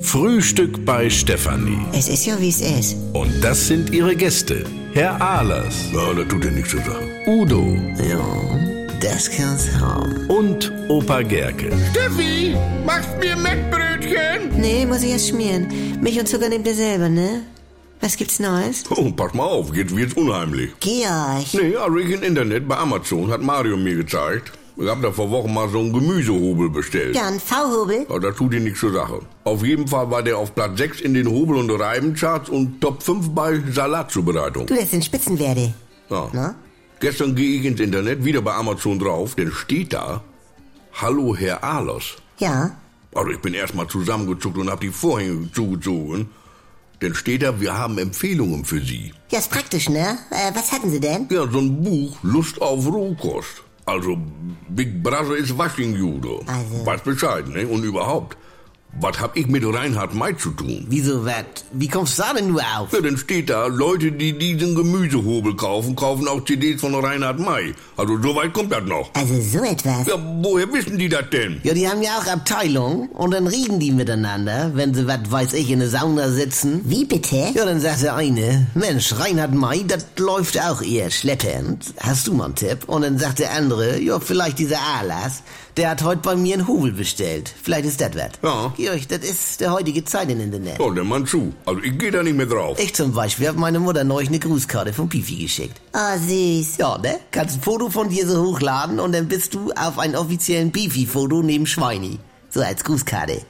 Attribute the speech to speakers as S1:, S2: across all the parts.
S1: Frühstück bei Stefanie.
S2: Es ist ja, wie es ist.
S1: Und das sind ihre Gäste. Herr Ahlers,
S3: Ja, das tut dir nichts zu sagen.
S1: Udo
S2: Ja, das kann's haben.
S1: und Opa Gerke.
S4: Steffi, machst mir Mettbrötchen?
S2: Nee, muss ich erst schmieren. Milch und Zucker nehmt ihr selber, ne? Was gibt's Neues?
S3: Oh, pass mal auf, jetzt wird's unheimlich.
S2: Georg.
S3: Nee, habe ich im Internet bei Amazon, hat Mario mir gezeigt. Ich hab da vor Wochen mal so einen Gemüsehobel bestellt.
S2: Ja, ein V-Hobel.
S3: Aber das tut dir nichts zur Sache. Auf jeden Fall war der auf Platz 6 in den Hobel- und Reibencharts und Top 5 bei Salatzubereitung.
S2: Du, das sind Spitzenwerte.
S3: Ja.
S2: Na?
S3: Gestern gehe ich ins Internet, wieder bei Amazon drauf, denn steht da, Hallo Herr Alos.
S2: Ja.
S3: Also ich bin erstmal zusammengezuckt und habe die Vorhänge zugezogen. Denn steht da, wir haben Empfehlungen für Sie.
S2: Ja, ist praktisch, ne? Äh, was hatten sie denn?
S3: Ja, so ein Buch, Lust auf Rohkost. Also, Big Brother ist Waschingjude.
S2: Also.
S3: Weiß Bescheid, ne? Und überhaupt, was hab ich mit Reinhard May zu tun?
S5: Wieso wat? Wie kommst du da denn nur auf?
S3: Ja, dann steht da, Leute, die diesen Gemüsehobel kaufen, kaufen auch CDs von Reinhard May. Also, so weit kommt das noch.
S2: Also so etwas.
S3: Ja, woher wissen die das denn?
S5: Ja, die haben ja auch Abteilung und dann reden die miteinander, wenn sie, wat weiß ich, in der Sauna sitzen.
S2: Wie bitte?
S5: Ja, dann sagt der eine, Mensch, Reinhard May, das läuft auch eher schleppend. Hast du mal einen Tipp? Und dann sagt der andere, ja, vielleicht dieser Alas, der hat heute bei mir einen Hubel bestellt. Vielleicht ist das wat.
S3: Ja.
S5: Georg, das ist der heutige Zeit im Internet.
S3: Ja, der Mann zu. Also, ich gehe da nicht mehr drauf.
S5: Ich zum Beispiel habe meine Mutter neulich eine Grußkarte von Pifi geschickt.
S2: Oh, süß.
S5: Ja, ne? Kannst ein Foto von dir so hochladen und dann bist du auf einem offiziellen Beefy-Foto neben Schweini. So als Grußkarte.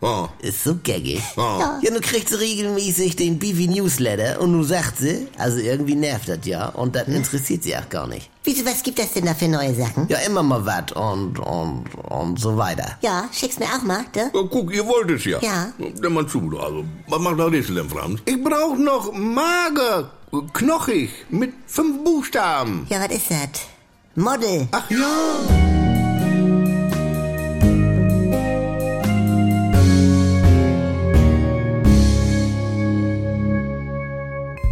S3: Ja,
S5: Ist so gaggig.
S3: ja.
S5: Ja, nun kriegt sie regelmäßig den Beefy-Newsletter und nun sagt sie, also irgendwie nervt das ja und das interessiert sie auch gar nicht.
S2: Wieso, was gibt das denn da für neue Sachen?
S5: Ja, immer mal was und, und, und so weiter.
S2: Ja, schick's mir auch mal, ne?
S3: ja guck, ihr wollt es ja.
S2: Ja.
S3: Der Mann zu, also, was macht da das denn, Franz? Ich brauch noch mager, knochig, mit fünf Buchstaben.
S2: Ja, was ist das? Model.
S3: Ach ja.